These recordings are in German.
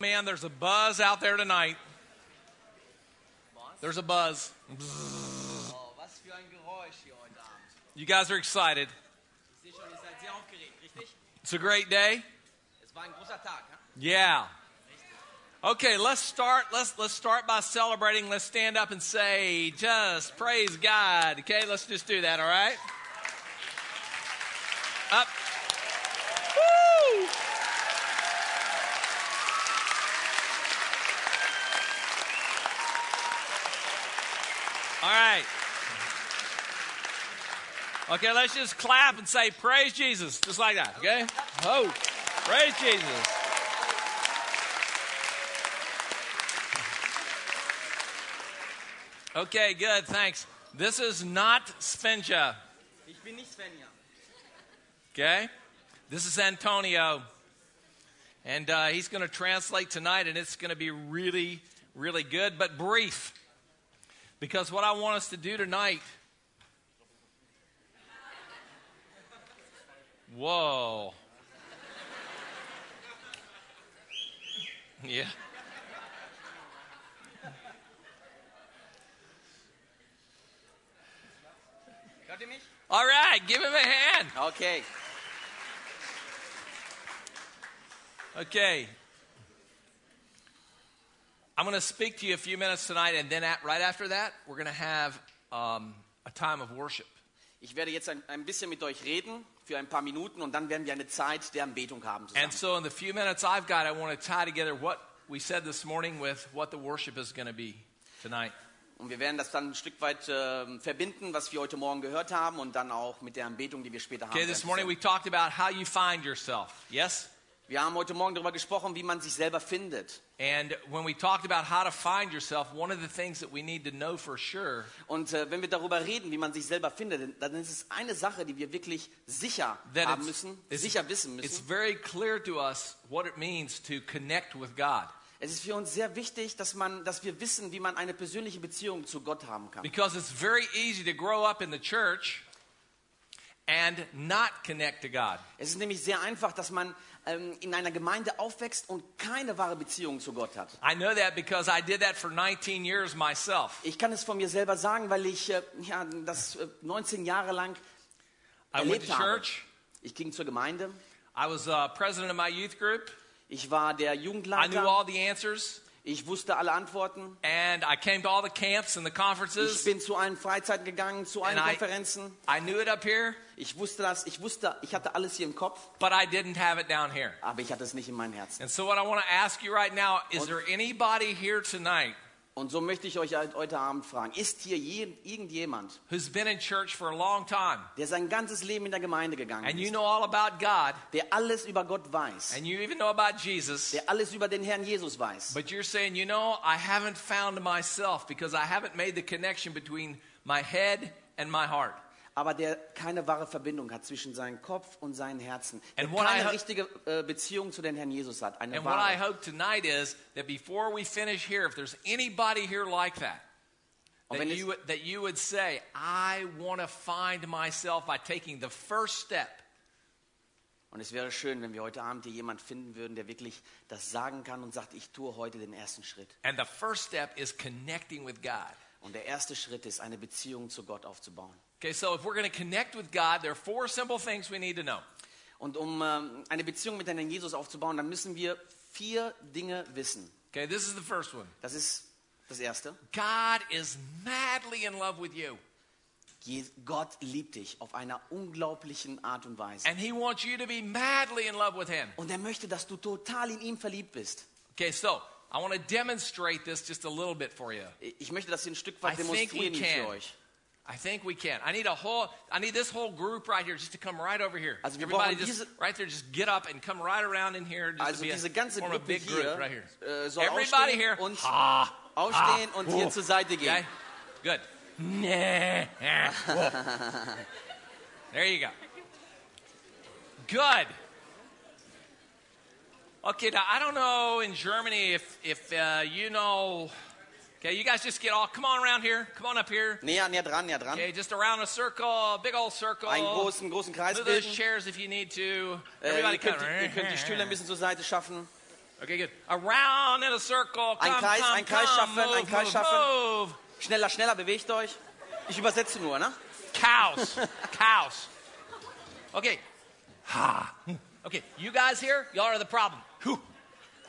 Man, there's a buzz out there tonight. There's a buzz. Oh, was für ein Geräusch hier heute Abend. You guys are excited. Ich sehe schon, ihr seid sehr aufgeregt, richtig? It's a great day. Es war ein großer Tag. Ja? Yeah. Okay, let's start. Let's let's start by celebrating. Let's stand up and say, "Just praise God." Okay, let's just do that. All right. Up. Woo! All right. Okay, let's just clap and say, "Praise Jesus," just like that. Okay. Oh, praise Jesus. Okay, good, thanks. This is not Svenja, Ich bin nicht Svenja. okay? This is Antonio. And uh, he's going to translate tonight, and it's going to be really, really good, but brief. Because what I want us to do tonight. Whoa. Yeah. Hört ihr mich? All right, give him a hand. Okay. Okay. I'm going to speak to you a few minutes tonight, and then at, right after that, we're going to have um, a time of worship. Ich werde jetzt ein, ein bisschen mit euch reden, für ein paar Minuten, und dann werden wir eine Zeit der Anbetung haben zusammen. And so, in the few minutes I've got, I want to tie together what we said this morning with what the worship is going to be tonight. Und wir werden das dann ein Stück weit ähm, verbinden, was wir heute Morgen gehört haben, und dann auch mit der Anbetung, die wir später haben. Okay, werden this morning we zusammen. talked about how you find yourself. Yes? wir haben heute Morgen darüber gesprochen, wie man sich selber findet. And when we talked about how to find yourself, one of the things that we need to know for sure Und äh, wenn wir darüber reden, wie man sich selber findet, dann ist es eine Sache, die wir wirklich sicher that haben it's, Ah, müssen, it's- sicher wissen it's müssen. very clear to us what it means to connect with God. Es ist für uns sehr wichtig, dass, man, dass wir wissen, wie man eine persönliche Beziehung zu Gott haben kann. Because it's very easy to grow up in the church and not connect to God. Es ist nämlich sehr einfach, dass man ähm, in einer Gemeinde aufwächst und keine wahre Beziehung zu Gott hat. I know that because I did that for 19 years myself. Ich kann es von mir selber sagen, weil ich äh, ja, das äh, 19 Jahre lang I went erlebt to habe. church. Ich ging zur Gemeinde. I was uh, president of my youth group. Ich war der I knew Jugendleiter. all the answers. Ich wusste alle Antworten. And I came to all the camps and the Ich conferences. bin zu allen Freizeiten gegangen, zu allen And I- Konferenzen. I knew it up here, Ich wusste das, ich wusste, ich hatte alles hier im Kopf, but I didn't have it down here. aber ich hatte es nicht in meinem Herzen. And so, what I want to ask you right now is there anybody here tonight Und so möchte ich euch halt heute Abend fragen, ist hier je, irgendjemand, who's been in church for a long time der sein ganzes Leben in der Gemeinde gegangen and you ist, know all about God der alles über Gott weiß, and you even know about Jesus? der alles über den Herrn Jesus weiß, But you're saying, you know, I haven't found myself because I haven't made the connection between my head and my heart. aber der keine wahre Verbindung hat zwischen seinem Kopf und seinem Herzen, der And what I keine ho- richtige äh, Beziehung zu den Herrn Jesus hat, eine And what I wahre. hope tonight is that before we finish here, if there's anybody here like that, Und that wenn you, es, would- that you would say, I want to find myself by taking the first step. und es wäre schön, wenn wir heute Abend hier jemand finden würden, der wirklich das sagen kann und sagt, ich tue heute den ersten Schritt. And the first step is connecting with God. Und der erste Schritt ist, eine Beziehung zu Gott aufzubauen. Okay, so if we're going to connect with God, there are four simple things we need to know. Und um ähm, eine Beziehung mit dem Herrn Jesus aufzubauen, dann müssen wir vier Dinge wissen. Okay, this is the first one Das ist das Erste. God is madly in love with you, Je Gott liebt dich auf einer unglaublichen Art und Weise. and He wants you to be madly in love with Him. Und er möchte, dass du total in ihm verliebt bist. Okay, so I want to demonstrate this just a little bit for you. Ich möchte das hier ein Stück weit I think we demonstrieren can. für euch. I think we can. I need a whole. I need this whole group right here just to come right over here. Also wir Everybody, brauchen just diese- right there. Just get up and come right around in here. Just to Also be a- diese ganze form a Gruppe big group hier right here. äh, soll Everybody aufstehen here. und, Ah, aufstehen ah, und oh. hier zur Seite gehen. Okay, good. Nah, ah, whoa. there you go. Good. Okay, now I don't know in Germany if if uh, you know. Okay, you guys just get all. Come on around here. Come on up here. Näher, näher dran, näher dran. Okay, just around a circle, big old circle. Einen großen, großen Kreis Move those bilden. chairs if you need to. Äh, Everybody eh? ihr, könnt, come. ihr könnt die Stühle ein bisschen zur Seite schaffen. Okay, good. Around in a circle. Come, Ein Kreis, come, ein Kreis come. schaffen, move, ein Kreis move, schaffen. move. Schneller, schneller, bewegt euch. Ich übersetze nur, ne? Cows. Cows. Okay. Ha. Okay, you guys here, y'all are the problem. Who?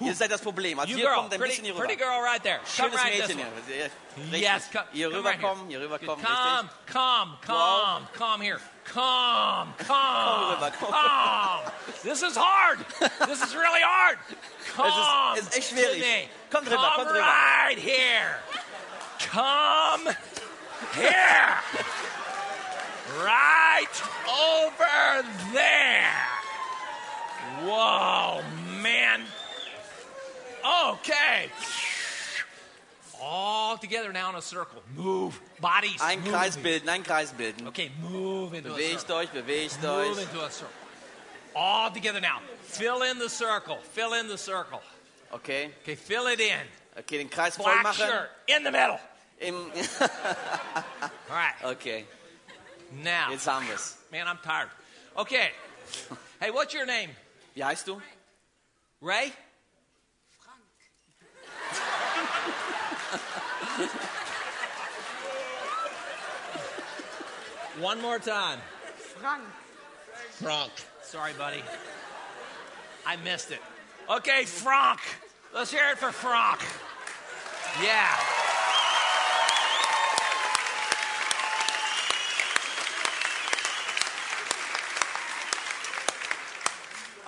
Ihr seid das Problem. Also You hier girl. kommt ein Pretty, bisschen hier rüber. pretty girl right there. Come Schönes right this Mädchen way. hier. Sehr- Richtig. Yes, come, hier come right rüberkommen, hier here. rüberkommen. Come, Richtig. come, come, come here. Come, come, rüber, komm. come. This is hard. This is really hard. Come. es ist echt schwierig. Sydney. Kommt rüber, come kommt rüber. right here. Come here. Right over there. Whoa, man. Okay. All together now in a circle. Move. Bodies. Einen move. Kreis bilden, einen Kreis bilden. Okay, move into a circle. Bewegt euch, bewegt Move euch. into a circle. All together now. Fill in the circle. Fill in the circle. Okay, Okay, fill it in. okay, den Kreis voll Black machen. shirt in the middle. Im All right. okay, now. jetzt haben wir's. Man, I'm tired. Okay. Hey, what's your name? Wie heißt du? Ray? Frank. One more time. Frank. Frank. Sorry, buddy. I missed it. Okay, Frank. Let's hear it for Frank. Yeah.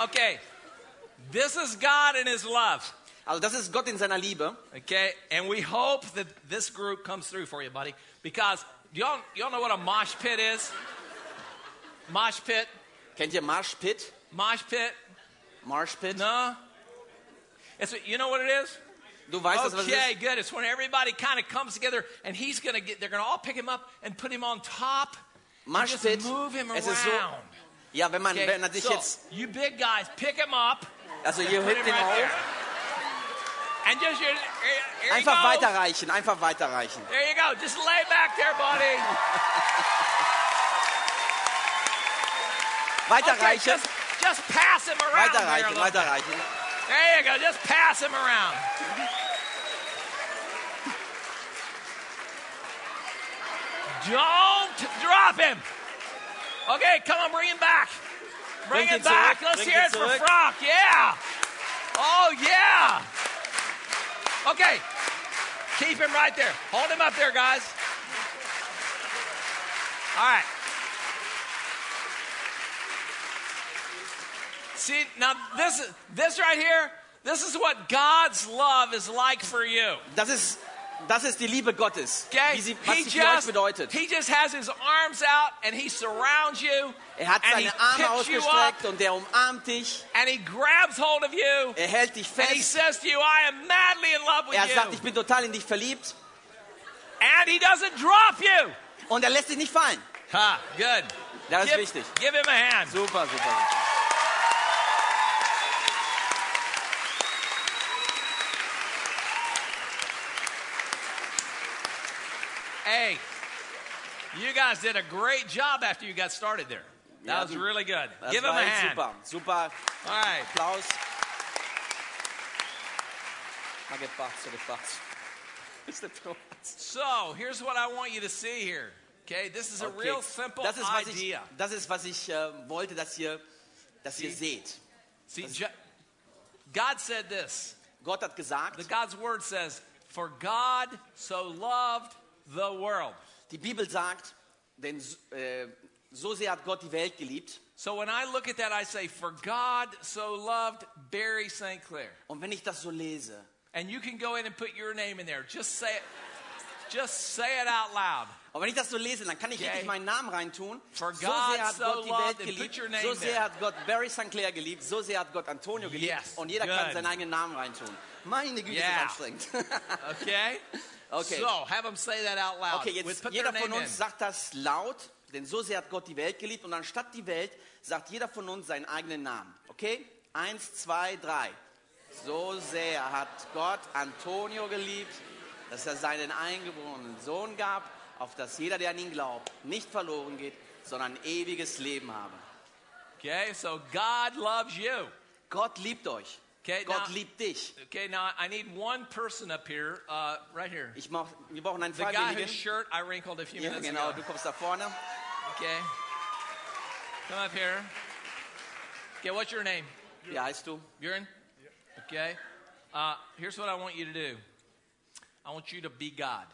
Okay. This is God and His love. Also das ist Gott in seiner Liebe. Okay, and we hope that this group comes through for you, buddy, because y'all y'all know what a mosh pit is. Mosh pit, Kennt ihr Marsh Pit? mosh pit. Marsh Pit? No, it's you know what it is. Du weißt das, was es Okay, ist? good. It's when everybody kind of comes together, and he's gonna get. They're gonna all pick him up and put him on top. and Mosh just pit. Move him Es around. ist so- Ja, wenn man, okay? wenn er dich so, jetzt, you big guys, pick him up. also ihr Put him hebt ihn right there. auf. And just here, here- here you Einfach go. weiterreichen, einfach weiterreichen. There you go. Just lay back there, buddy. Okay, Weiterreichen, just, just pass him around. there a weiterreichen, little bit. weiterreichen. There you go. Just pass him around. Don't drop him. Okay, come on, bring him back. Bring Bring him it back. zurück, Let's bring hear it it for zurück. Frank. Yeah. Oh, yeah. Okay. Keep him right there. Hold him up there, guys. All right. See, now this is this right here, this is what God's love is like for you. Das ist, das ist die Liebe Gottes, Okay? wie sie, was sie für euch bedeutet. he just has his arms out and he surrounds you. Er hat and he seine Arme picks you up ausgestreckt und er umarmt dich. and he grabs hold of you Er hält dich and he fest. says to you, I am madly in love with Er sagt, ich you. bin total in dich verliebt. And he doesn't drop you. Und er lässt dich nicht fallen. Ha, good. Das ist give, wichtig. Give him a hand. Super, super. super. Hey, you guys did a great job after you got started there. That Yeah, was dude. really good. Das Give him war a echt hand. super, super. All right. Applaus. Mal gebracht, so gebracht. Ist der Thomas. So here's what I want you to see here. Okay, this is a Okay. real simple das ist, was ich, idea. das ist, was ich äh, wollte, dass ihr, dass ihr seht. See, ju- God said this. Gott hat The gesagt, God's word says, "For God so loved the world." die Bibel sagt, denn so- äh, so sehr hat Gott die Welt geliebt. So when I look at that, I say, "For God so loved Barry St. Clair." Und wenn ich das so lese, And you can go in and put your name in there. Just say it. Just say it out loud. Und wenn ich das so lese, dann kann ich Okay. wirklich meinen Namen reintun. For so God sehr hat so Gott die loved Welt and geliebt, put your name so sehr there. hat Gott Barry St. Clair geliebt, so sehr hat Gott Antonio geliebt. Yes, Und jeder good. kann seinen eigenen Namen reintun. Meine Güte, Yeah. Uh, ist das anstrengend. Okay. Okay. So have them say that out loud. Okay, With- jetzt put jeder their von name in. uns sagt das laut, denn so sehr hat Gott die Welt geliebt. Und anstatt die Welt sagt jeder von uns seinen eigenen Namen. Okay? Eins, zwei, drei. So sehr hat Gott Antonio geliebt, dass er seinen eingeborenen Sohn gab, auf dass jeder, der an ihn glaubt, nicht verloren geht, sondern ewiges Leben habe. Okay, so God loves you. Gott liebt euch. Okay, Gott now- liebt dich. Okay, now I need one person up here, uh, right here. Ich mach, wir brauchen einen The guy Freiwilligen. whose shirt I wrinkled a few Ja, minutes genau, ago. du kommst da vorne. Okay. Come up here. Okay, what's your name? Wie heißt du? Buren? Okay. Uh, here's what I want you to do I want you to be God.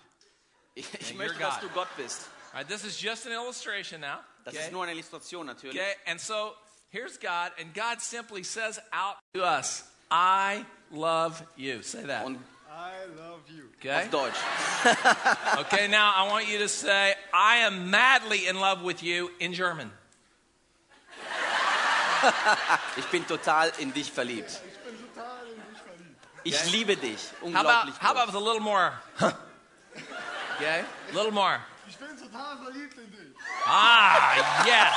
Ich, Ja, ich you're möchte, dass God. du Gott bist. All right, this is just an illustration now. Das okay? ist nur eine Illustration natürlich. Okay, and so here's God, and God simply says out to us, I love you. Say that. Und I love you. Okay. auf Deutsch. Okay, now I want you to say, I am madly in love with you in German. Ich bin total in dich verliebt. Ich bin total in dich verliebt. Ich liebe dich. How about, Unglaublich. how doll. about with a little more? okay, a little more. Ich bin total verliebt in dich. Ah, yes.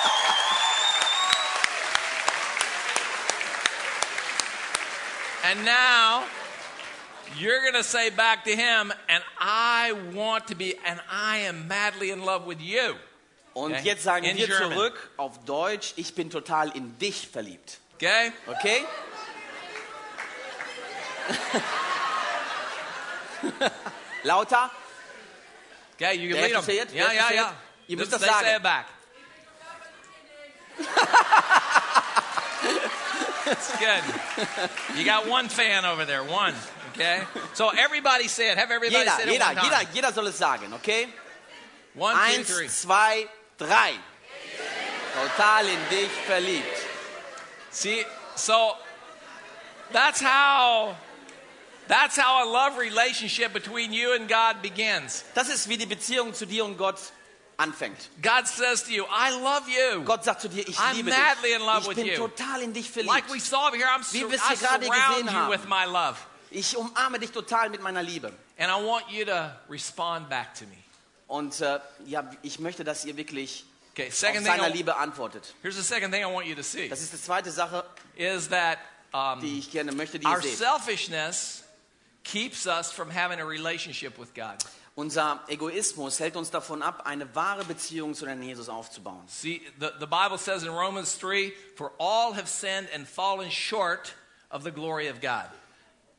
And now you're going to say back to him, and I want to be, and I am madly in love with you. Und Okay. jetzt sagen In wir German. zurück auf Deutsch, ich bin total in dich verliebt. Okay? Okay? Lauter? Okay, you can Der lead erste them. Set, der Yeah, yeah, erste yeah. Set. Just Ihr müsst das they say sagen. it back. That's good. You got one fan over there, one. Okay? So everybody say it. Have everybody Jeder, say it jeder, one time. jeder, jeder soll es sagen, okay? One, two, Eins, three. zwei, drei. Total in dich verliebt. See, so that's how that's how a love relationship between you and God begins. Das ist wie die Beziehung zu dir und Gott anfängt. God says to you, I love you. Gott sagt zu dir, ich I'm liebe madly in love dich. Ich with bin you. total in dich verliebt. like we saw here, I'm sur- Wie wir es I hier gerade surround gesehen you haben. with my love. Ich umarme dich total mit meiner Liebe. And I want you to respond back to me. Und äh, ja, ich möchte, dass ihr wirklich Okay, auf second thing. seiner I, Liebe antwortet. here's the second thing I want you to see Das ist die zweite Sache, is that um, die ich gerne möchte, die ihr our seht. selfishness keeps us from having a relationship with God. Unser Egoismus hält uns davon ab, eine wahre Beziehung zu deinem Jesus aufzubauen. See, the, the Bible says in Romans 3 For all have sinned and fallen short of the glory of God.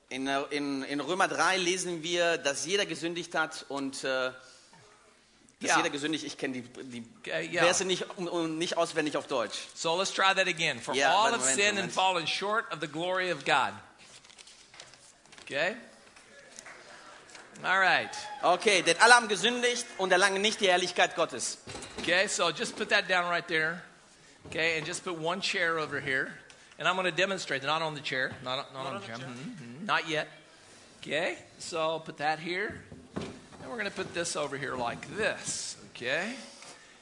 In, äh, in, in Römer 3 lesen wir, dass jeder gesündigt hat und äh, dass Ja. jeder gesündigt. Ich kenne die, die Okay, ja. Verse nicht, um, um, nicht auswendig auf Deutsch. So let's try that again. For Yeah, all wait a have minute, sinned wait a and minute. fallen short of the glory of God. Okay? All right. Okay, denn alle haben gesündigt und erlangen nicht die Herrlichkeit Gottes. Okay, so just put that down right there. Okay, and just put one chair over here. And I'm going to demonstrate. Not on the chair. Not, not, on, the chair. Mhm, mhm. Not yet. Okay, so put that here. And we're going to put this over here like this. Okay?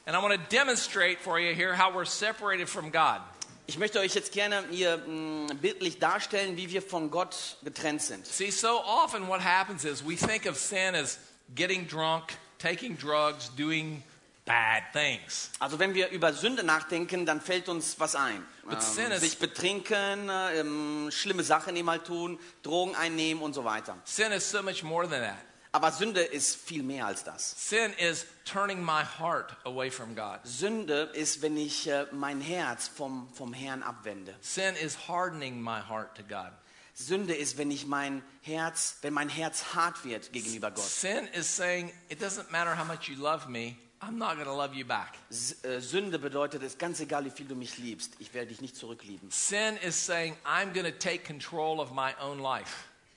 And I want to demonstrate for you here how we're separated from God. Ich möchte euch jetzt gerne hier mh, bildlich darstellen, wie wir von Gott getrennt sind. See, so often what happens is we think of sin as getting drunk, taking drugs, doing bad things. Also wenn wir über Sünde nachdenken, dann fällt uns was ein. sin Ähm, is- sich betrinken, äh, ähm, schlimme Sachen eben halt tun, Drogen einnehmen und so weiter. Sin is so much more than that. Aber Sünde ist viel mehr als das. Sin is turning my heart away from God. Sünde ist, wenn ich äh, mein Herz vom, vom Herrn abwende. Sin is hardening my heart to God. Sünde ist, wenn ich mein Herz, wenn mein Herz hart wird gegenüber Gott. Sin is saying, it doesn't matter how much you love me, I'm not going to love you back. S äh, Sünde bedeutet, es ist ganz egal, wie viel du mich liebst, ich werde dich nicht zurücklieben. Sin is saying, I'm going to take control of my own life.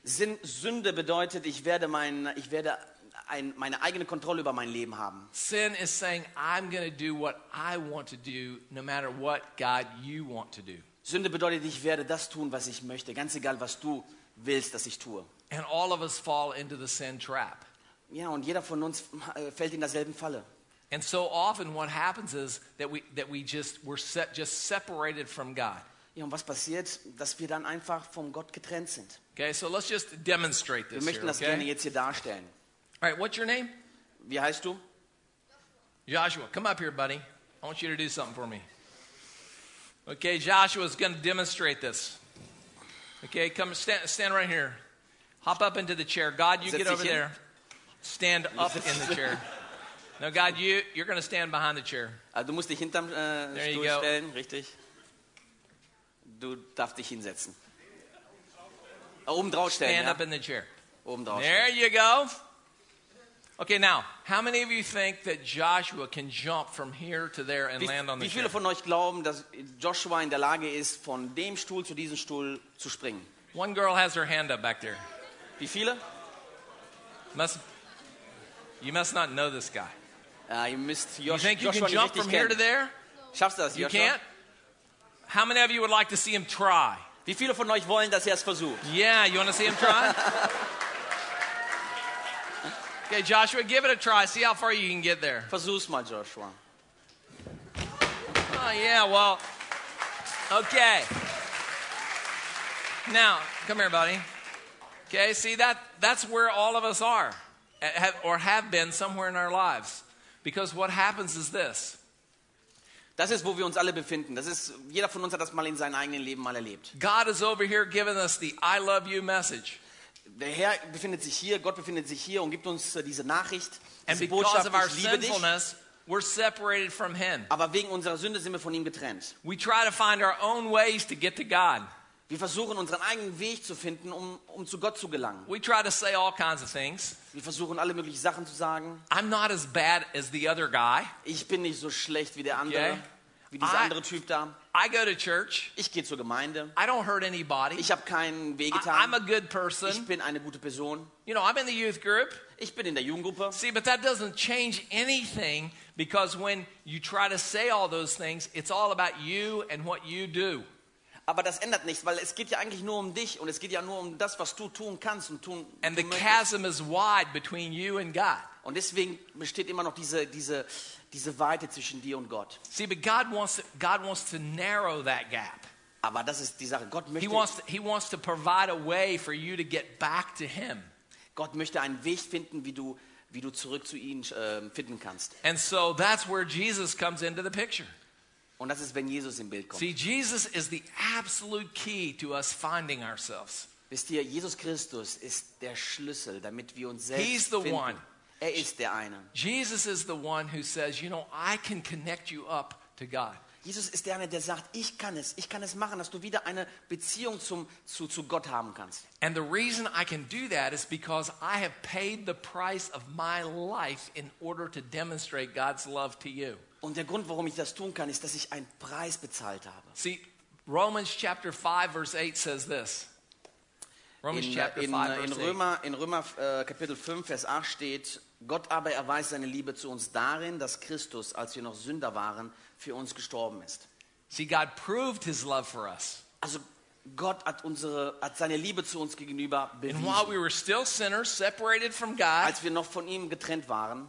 Sin Sünde bedeutet, ich werde, mein, ich werde ein, meine eigene Kontrolle über mein Leben haben. Sin is saying, I'm going to do what I want to do, no matter what, God, you want to do. Sünde bedeutet, ich werde das tun, was ich möchte, ganz egal, was du willst, dass ich tue. And all of us fall into the sin trap. Ja, und jeder von uns äh, fällt in derselben Falle. And so often what happens is that we, that we just, we're set, just separated from God. Ja, und was passiert? Dass wir dann einfach vom Gott getrennt sind. Okay, so let's just demonstrate Wir this möchten here, das gerne okay? jetzt hier darstellen. All right, what's your name? Wie heißt du? Joshua, come up here, buddy. I want you to do something for me. Okay, Joshua's going to demonstrate this. Okay, come stand, stand right here. Hop up into the chair. God, you Sitz get ich over hin? there. Stand up in the chair. No, God, you, you're going to stand behind the chair. Also, du musst dich hinterm you äh, Stuhl go. stellen, richtig? Du darfst dich hinsetzen. Da Äh, oben draufstellen. Stand Ja? up in the chair. Oben draufstellen. There you go. Okay, now, how many of you think that Joshua can jump from here to there and Wie, land on the wie chair? viele von euch glauben, dass Joshua in der Lage ist, von dem Stuhl zu diesem Stuhl zu springen? One girl has her hand up back there. Wie viele? Must, you must not know this guy. Ja, ihr müsst You Josh, think you Joshua can nicht jump richtig from here to kennen. there? Schaffst du das, You Joshua? can't? How many of you would like to see him try? Wie viele von euch wollen, dass er es versucht? Yeah, you want to see him try? okay, Joshua, give it a try. See how far you can get there. Versuch's mal, Joshua. Oh, yeah, well, okay. Now, come here, buddy. Okay, see, that, that's where all of us are eh, have, or have been somewhere in our lives. Because what happens is this Das ist, wo wir uns alle befinden. Das ist, jeder von uns hat das mal in seinem eigenen Leben mal erlebt. God is over here giving us the I love you message. Der Herr befindet sich hier, Gott befindet sich hier und gibt uns äh, diese Nachricht, And diese because Botschaft, of our ich liebe dich. sinfulness, we're separated from Him. Aber wegen unserer Sünde sind wir von ihm getrennt. We try to find our own ways to get to God. Wir versuchen, unseren eigenen Weg zu finden, um, um zu Gott zu gelangen. We try to say all kinds of things. Wir versuchen, alle möglichen Sachen zu sagen. I'm not as bad as the other guy. Ich bin nicht so schlecht wie der andere, Okay. wie dieser I- andere Typ da. I go to church. Ich gehe zur Gemeinde. I don't hurt anybody. Ich habe keinen Weh I, getan. am a good ich person. bin eine gute Person. You know, I'm in the youth group. Ich bin in der Jugendgruppe. See, but that doesn't change anything because when you try to say all those things, it's all about you and what you do. Aber das ändert nichts, weil es geht ja eigentlich nur um dich und es geht ja nur um das, was du tun kannst und tun And the tun möchtest. chasm is wide between you and God. Und deswegen besteht immer noch diese, diese, diese Weite zwischen dir und Gott. See, but God wants to, God wants to narrow that gap. Aber das ist die Sache. Gott He möchte, wants to, He wants to provide a way for you to get back to Him. Gott möchte einen Weg finden, wie du, wie du zurück zu ihm äh, finden kannst. And so that's where Jesus comes into the picture. Und das ist, wenn Jesus im Bild kommt. See, Jesus is the absolute key to us finding ourselves. Wisst ihr, Jesus Christus ist der Schlüssel, damit wir uns selbst He's the finden. one. Er ist der eine. Jesus is the one who says, you know, I can connect you up to God. Jesus ist der eine, der sagt, ich kann es, ich kann es machen, dass du wieder eine Beziehung zum, zu, zu Gott haben kannst. And the reason I can do that is because I have paid the price of my life in order to demonstrate God's love to you. Und der Grund, warum ich das tun kann, ist, dass ich einen Preis bezahlt habe. See, Romans chapter 5, verse 8 says this. Romans In, äh, chapter in, 5, in verse 8. Römer, in Römer äh, Kapitel 5, Vers 8 steht, Gott aber erweist seine Liebe zu uns darin, dass Christus, als wir noch Sünder waren, für uns gestorben ist. See, God proved his love for us. Also Gott hat, unsere, hat seine Liebe zu uns gegenüber And while we bewiesen. were still sinners, separated from God, Als wir noch von ihm getrennt waren,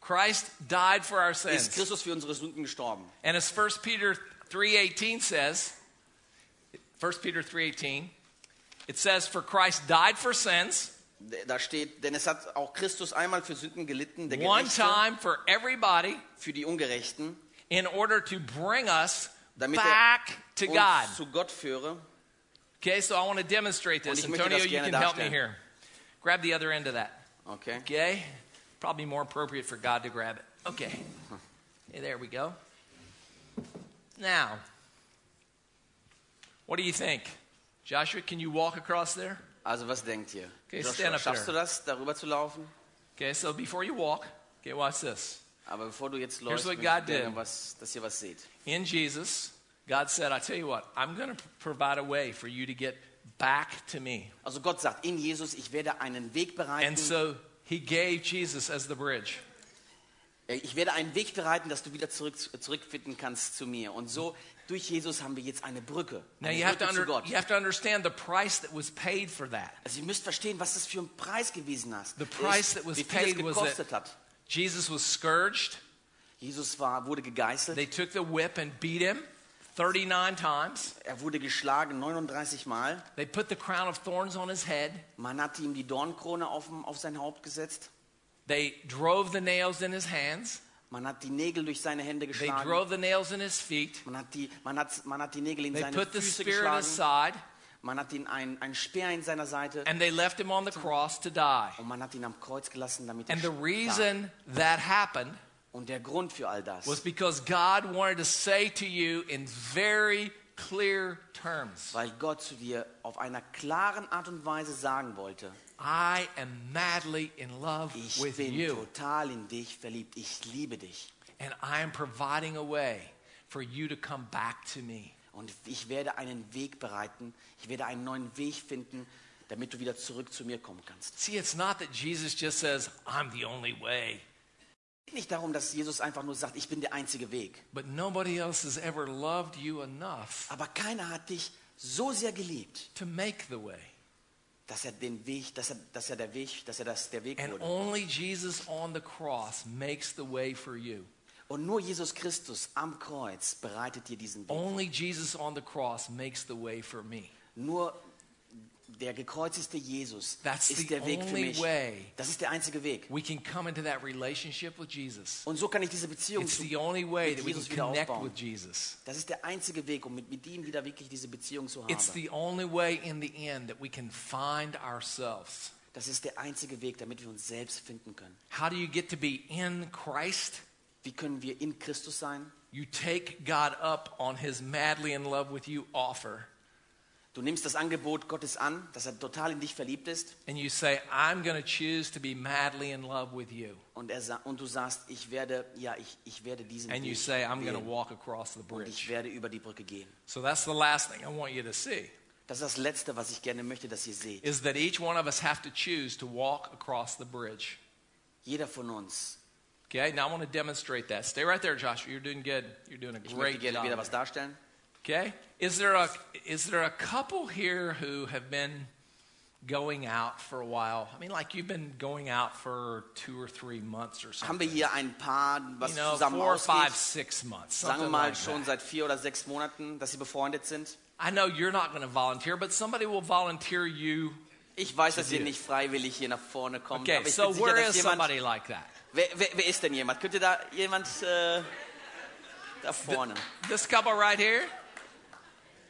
Christ died for our ist sins. Christus für unsere Sünden gestorben. And as 1 Peter 3:18 says, 1 Peter 3:18, it says for Christ died for sins Da steht, denn es hat auch Christus einmal für Sünden gelitten, der one Gerechte time for everybody für die Ungerechten, in order to bring us damit back to er God. uns zu Gott führe. Okay, so I want to demonstrate this. Und ich möchte Antonio, das you gerne can help me darstellen. here. Grab the other end of that. Okay. Okay? Probably more appropriate for God to grab it. Okay. Hey, there we go. Now, what do you think? Joshua, can you walk across there? Also was denkt ihr? Okay, Joshua, stand up schaffst there. du das, darüber zu laufen? Okay, so before you walk, okay, watch this. Aber bevor du jetzt läufst, what möchte ich God gerne, did. was, dass ihr was seht. In Jesus, God said, I tell you what, I'm going to provide a way for you to get back to me. Also Gott sagt in Jesus, ich werde einen Weg bereiten. And so he gave Jesus as the bridge. äh, ich werde einen Weg bereiten, dass du wieder zurück, zurückfinden kannst zu mir. Und so durch Jesus haben wir jetzt eine Brücke, Now eine you have, Brücke to zu under, Gott. you have to understand the price that was paid for that. Also ihr müsst verstehen, was das für ein Preis gewesen hast, The ist, price that was wie viel es paid was that- gekostet hat. Jesus was scourged. Jesus war, wurde gegeißelt, They took the whip and beat him 39 times. er wurde geschlagen 39 Mal. They put the crown of thorns on his head. Man hatte ihm die Dornkrone auf, dem- auf sein Haupt gesetzt. They drove the nails in his hands. Man hat die Nägel durch seine Hände They geschlagen. drove the nails in his feet. Man hat, die, man, hat, man hat die Nägel in They seine put the Füße spear in his geschlagen. side Man hat ihn ein, ein Speer in seiner Seite and they left him on the cross to die. und man hat ihn am Kreuz gelassen, damit er And the starb. reason that happened Und der Grund für all das was because God wanted to say to you in very clear terms. weil Gott zu dir auf einer klaren Art und Weise sagen wollte, I am madly in love ich with bin you, total in dich verliebt, ich liebe dich and I am providing a way for you to come back to me. und ich werde einen Weg bereiten, ich werde einen neuen Weg finden, damit du wieder zurück zu mir kommen kannst. See, it's not that Jesus just says, I'm the only way, Es geht nicht darum, dass Jesus einfach nur sagt, ich bin der einzige Weg, but nobody else has ever loved you enough aber keiner hat dich so sehr geliebt, to make the way. dass er den Weg, dass er, dass er der Weg, dass er das der Weg And wurde. only Jesus on the cross makes the way for you. Und nur Jesus Christus am Kreuz bereitet dir diesen Weg. Only Jesus on the cross makes the way for me. Nur der gekreuzigte Jesus That's the ist der Weg für only mich. way. Das ist der einzige Weg. We can come into that relationship with Jesus. Und so kann ich diese Beziehung It's zu, the only way mit that we Jesus can wieder connect aufbauen. with Jesus. Das ist der einzige Weg, um mit, mit ihm wieder wirklich diese Beziehung zu haben. It's the only way in the end that we can find ourselves. das ist der einzige Weg, damit wir uns selbst finden können. How do you get to be in Christ? Wie können wir in Christus sein? You take God up on his madly in love with you offer, Du nimmst das Angebot Gottes an, dass er total in dich verliebt ist, and you say, I'm going to choose to be madly in love with you. und, er sa und du sagst, ich werde, ja, ich, ich werde diesen And you Weg say, I'm going to wählen walk across the und ich bridge. werde über die Brücke gehen. So that's the last thing I want you to see Das ist das Letzte, was ich gerne möchte, dass ihr seht. is that each one of us have to choose to walk across the bridge. Jeder von uns. Okay, now I want to demonstrate that. Stay right there, Joshua. You're doing good. You're doing a Ich möchte great gerne job. wieder was darstellen. Okay? Is there a is there a couple here who have been going out for a while? I mean, like you've been going out for two or three months or Haben wir something. hier ein Paar, was you know, zusammen four, five, ausgeht? six months. Sagen wir Something mal like schon that. seit vier oder sechs Monaten, dass sie befreundet sind. I know you're not going to volunteer, but somebody will volunteer you. Ich weiß, dass ihr you. nicht freiwillig hier nach vorne kommt, Okay, aber ich so bin sicher, where dass is jemand... somebody like that? Wer, wer, wer ist denn jemand? Könnte da jemand äh, da vorne? This couple right here,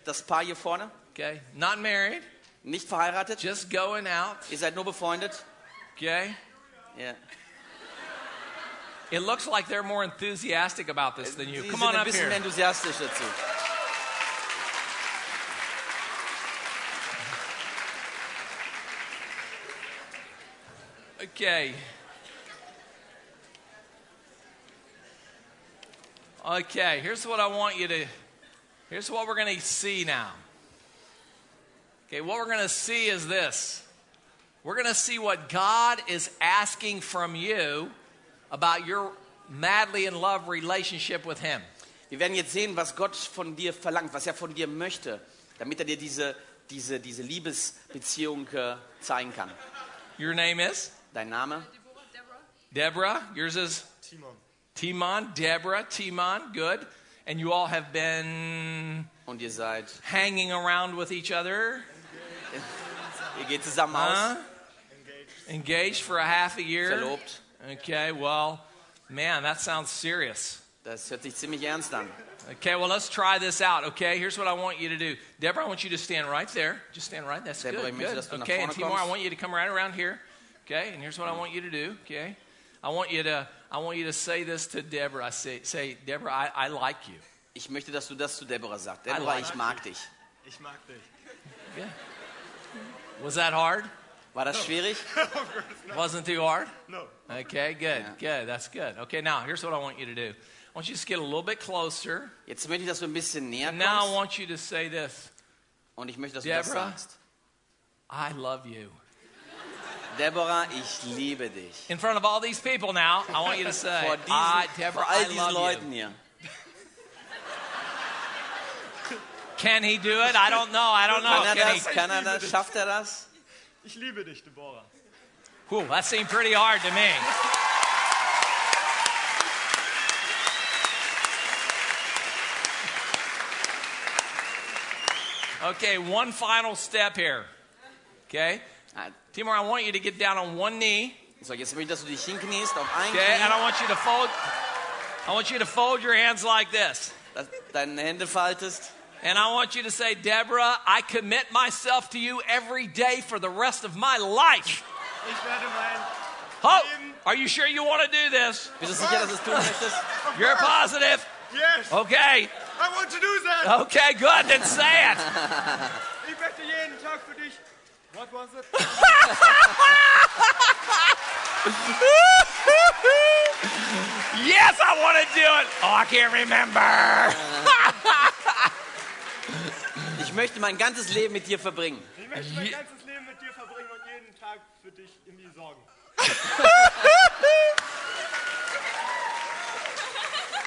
Das Paar hier vorne? okay, not married, Nicht verheiratet? just going out, Ihr seid nur befreundet? okay? Ja. It looks like they're more enthusiastic about this than Sie you. Come sind on ein up bisschen here. enthusiastisch dazu. Okay. Okay, here's what I want you to here's what we're going to see now. Okay, what we're going to see is this. We're going to see what God is asking from you about your madly in love relationship with him. Wir werden jetzt sehen, was Gott von dir verlangt, was er von dir möchte, damit er dir diese, diese, diese Liebesbeziehung äh, zeigen kann. Your name is Dein Name? Deborah, yours is Timon. Timon, Deborah, Timon, good. And you all have been Und ihr seid... hanging around with each other. Ihr geht zusammen Huh? aus, Engaged. Engaged for a half a year. verlobt. Okay, well, man, that sounds serious. Das hört sich ziemlich ernst an. Okay, well, let's try this out. Okay, here's what I want you to do. Deborah, I want you to stand right there. Just stand right. That's Deborah, ich good. möchte, dass good. du nach Okay, and vorne Timor, I kommst. want you to come right around here. Okay, and here's what I want you to do. Okay, I want you to I want you to say this to Deborah. I say, say Deborah, I, I like you. Ich möchte, dass du das zu Deborah sagst. Deborah, like ich mag dich. Ich mag dich. Yeah. Was that hard? War das schwierig? Wasn't too hard. No. Okay, good, good. That's good. Okay, now here's what I want you to do. I want you to just get a little bit closer. Jetzt möchte ich, dass du ein bisschen näher Now I kommst. want you to say this Und ich möchte, dass du Deborah? das sagst. I love you. Deborah, ich liebe dich. In front of all these people now, I want you to say, Vor, diesen, I, Deborah, vor all I diesen love Leuten you. Oh, hier. Can he do it? I don't know. I don't Kann er know. Can das? he? Kann er das? Schafft er das? Ich liebe dich, Deborah. Whew, that seemed pretty hard to me. Okay, one final step here. Okay? Ah, Timur, I want you to get down on one knee. So, jetzt möchte ich, dass du dich hinkniest auf ein Okay, and Knie, I want you to fold. I want you to fold your hands like this, dass deine Hände faltest. and I want you to say, Deborah, I commit myself to you every day for the rest of my life. Ich werde mein... Oh, are you sure you want to do this? Bist du sicher, dass du es tun möchtest? You're positive. Yes! Okay, I want to do that. Okay, good. Then say it. Ich möchte jeden Tag für dich. What was it? yes, I want to do it. Oh, I can't remember. Ich möchte mein ganzes Leben mit dir verbringen. Ich möchte mein ganzes Leben mit dir verbringen und jeden Tag für dich irgendwie sorgen.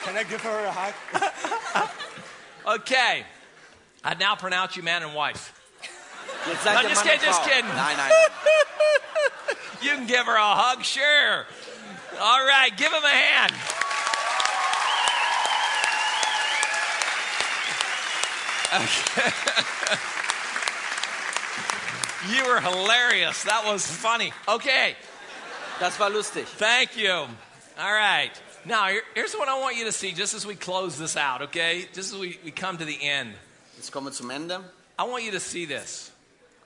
Can I give her a hug? Okay. I now pronounce you man and wife. Jetzt seid Nein, ihr just Mann und kidding, just Frau. kidding. Nein, nein. You can give her a hug, sure. All right, give him a hand. Okay. you were hilarious. That was funny. Okay, Das war lustig. thank you. All right. Now, here- here's what I want you to see just as we close this out, okay? Just as we, we come to the end. Jetzt kommen wir zum Ende. I want you to see this.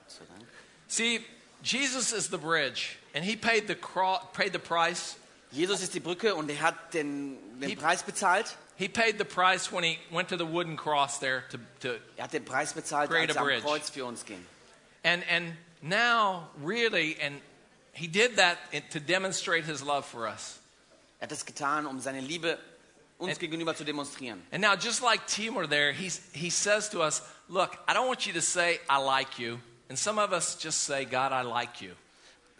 Gott sei Dank. See, Jesus is the bridge, and he paid the, cro- paid the price Jesus ist die Brücke und er hat den, den Preis bezahlt. He paid the price when he went to the wooden cross there to, to Er hat den Preis bezahlt, Great als er am bridge. Kreuz für uns ging. and and now really and he did that in- to demonstrate his love for us. Er hat es getan, um seine Liebe uns And- gegenüber zu demonstrieren. And now just like Timur there, he's, he says to us, "Look, I don't want you to say I like you." And some of us just say, "God, I like you."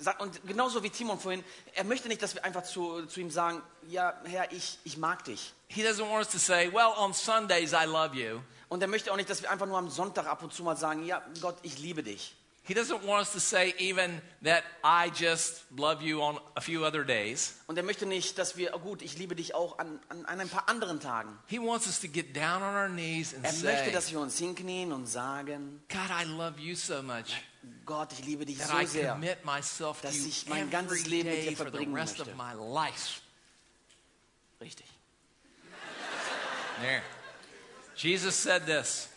Sa- Und genauso wie Timon vorhin, er möchte nicht, dass wir einfach zu, zu ihm sagen, ja, Herr, ich, ich mag dich. He doesn't want us to say, "Well, on Sundays I love you." Und er möchte auch nicht, dass wir einfach nur am Sonntag ab und zu mal sagen, ja, Gott, ich liebe dich. He doesn't want us to say even that I just love you on a few other days. Und er möchte nicht, dass wir, oh gut, ich liebe dich auch an, an, an ein paar anderen Tagen. He wants us to get down on our knees and Er möchte, say, dass wir uns hinknien und sagen, God, I love you so much. Gott, ich liebe dich that so I sehr. commit myself to dass you ich mein every ganzes Leben mit day dir for the verbringen rest möchte. of my life. Richtig. There. Jesus said this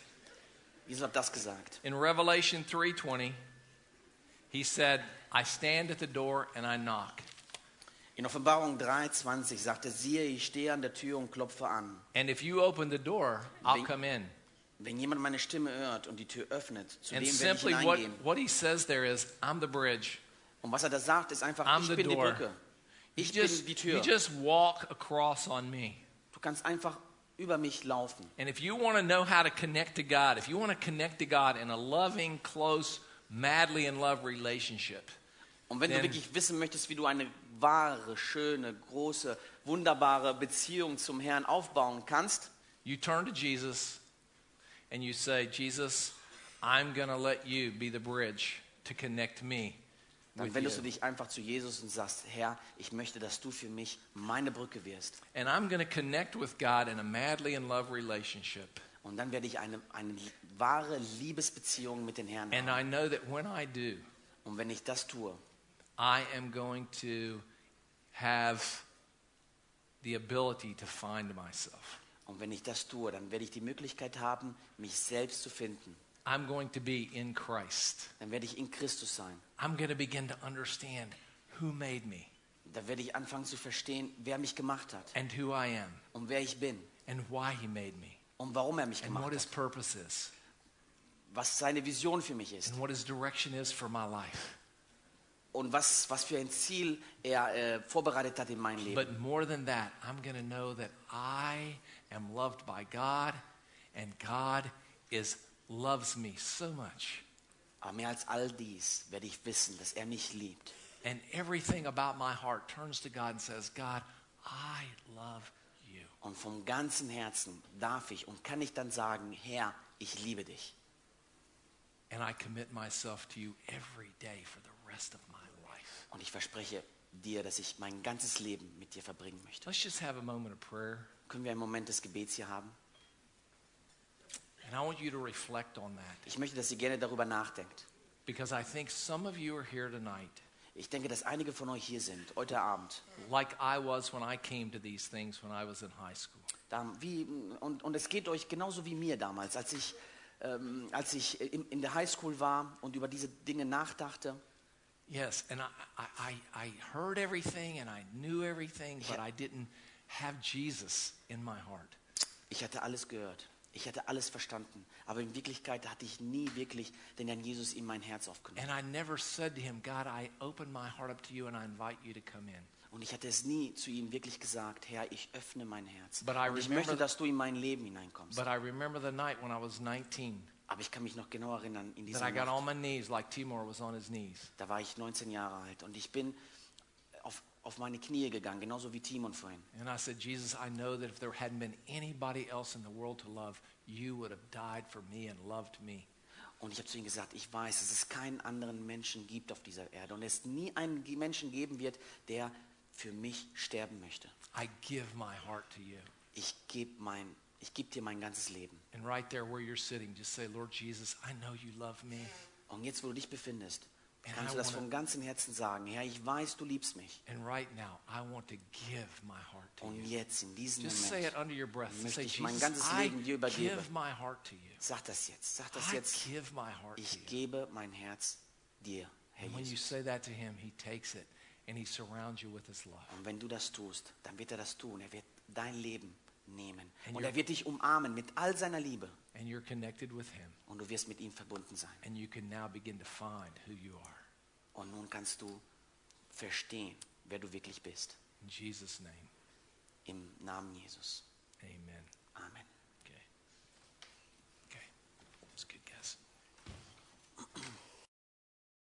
Jesus hat das gesagt. in Revelation 3:20. He said, "I stand at the door and I knock. In Offenbarung 3,20 sagt er, siehe, ich stehe an der Tür und klopfe an. And if you open the door, I'll Bing. come in." Wenn jemand meine Stimme hört und die Tür öffnet, zu And dem werde ich simply what, hineingehen. what he says there is, "I'm the bridge." Und was er da sagt, ist einfach, I'm ich the bin die door. Brücke. You Ich just, bin die you Tür. just walk across on me. Du kannst einfach über mich laufen. And if you want to know how to connect to God, if you want to connect to God in a loving, close, madly in love relationship, Und wenn Denn- du wirklich wissen möchtest, wie du eine wahre, schöne, große, wunderbare Beziehung zum Herrn aufbauen kannst, You turn to Jesus and you say, Jesus, I'm going to let you be the bridge to connect me. dann with wendest du you. dich einfach zu Jesus und sagst, Herr, ich möchte, dass du für mich meine Brücke wirst. And I'm going to connect with God in a madly in love relationship. Und dann werde ich eine, eine wahre Liebesbeziehung mit dem Herrn And haben. I know that when I do, Und wenn ich das tue, I am going to have the ability to find myself. und wenn ich das tue, dann werde ich die Möglichkeit haben, mich selbst zu finden. I'm going to be in Christ. Dann werde ich in Christus sein. I'm going to begin to understand who made me Da werde ich anfangen zu verstehen, wer mich gemacht hat and who I am und wer ich bin and why he made me und warum er mich and what gemacht his hat, purpose is. was seine Vision für mich ist and what his direction is for my life. und was, was für ein Ziel er äh, vorbereitet hat in mein Leben. But more than that, I'm going to know that I am loved by God and God is loves me so much. Aber mehr als all dies werde ich wissen, dass er mich liebt. And everything about my heart turns to God and says, God, I love you. Und vom ganzen Herzen darf ich und kann ich dann sagen, Herr, ich liebe dich. And I commit myself to you every day for the rest of my life. Und ich verspreche dir, dass ich mein ganzes Leben mit dir verbringen möchte. Let's just have a moment of prayer. Können wir einen Moment des Gebets hier haben? And I want you to reflect on that Ich möchte, dass ihr gerne darüber nachdenkt. because I think some of you are here tonight, Ich denke, dass einige von euch hier sind, heute Abend. like I was when I came to these things when I was in high school. Da, wie, und, und es geht euch genauso wie mir damals, als ich, ähm, als ich in, in der Highschool war und über diese Dinge nachdachte. Yes, and I, I, I I heard everything and I knew everything, but I didn't have Jesus in my heart. Ich hatte alles gehört. Ich hätte alles verstanden, aber in Wirklichkeit hatte ich nie wirklich den Herrn Jesus in mein Herz aufgenommen. And I never said to him, God, I open my heart up to you and I invite you to come in. Und ich hatte es nie zu ihm wirklich gesagt, Herr, ich öffne mein Herz. But I Und ich remember- möchte, dass du in mein Leben hineinkommst. But I remember the night when I was 19 Aber ich kann mich noch genau erinnern, in that dieser I got Nacht, on my knees like Timor was on his knees. da war ich 19 Jahre alt und ich bin auf, auf meine Knie gegangen, genauso wie Timon vorhin. And I said, Jesus, I know that if there hadn't been anybody else in the world to love, you would have died for me and loved me. Und ich habe zu ihm gesagt, ich weiß, dass es keinen anderen Menschen gibt auf dieser Erde und es nie einen Ge- Menschen geben wird, der für mich sterben möchte. I give my heart to you. Ich gebe mein, ich geb dir mein ganzes Leben. And right there where you're sitting, just say, Lord Jesus, I know you love me Und jetzt, wo du dich befindest, And kannst I du das wanna- von ganzem Herzen sagen. Herr, ich weiß, du liebst mich. and right now I want to give my heart to Und you. jetzt, in diesem Just say Moment, it under your breath and möchte say, ich mein Jesus, ganzes I Leben dir übergebe. give my heart to you. sag das jetzt, sag das I jetzt. give my heart to Ich you. gebe mein Herz dir, Herr And when you Jesus. say that to him, he takes it and he surrounds you with his love. Und wenn du das tust, dann wird er das tun. Er wird dein Leben nehmen. And Und you're- er wird dich umarmen mit all seiner Liebe. And you're connected with him. Und du wirst mit ihm verbunden sein. And you can now begin to find who you are. Und nun kannst du verstehen, wer du wirklich bist. In Jesus' name. Im Namen Jesus.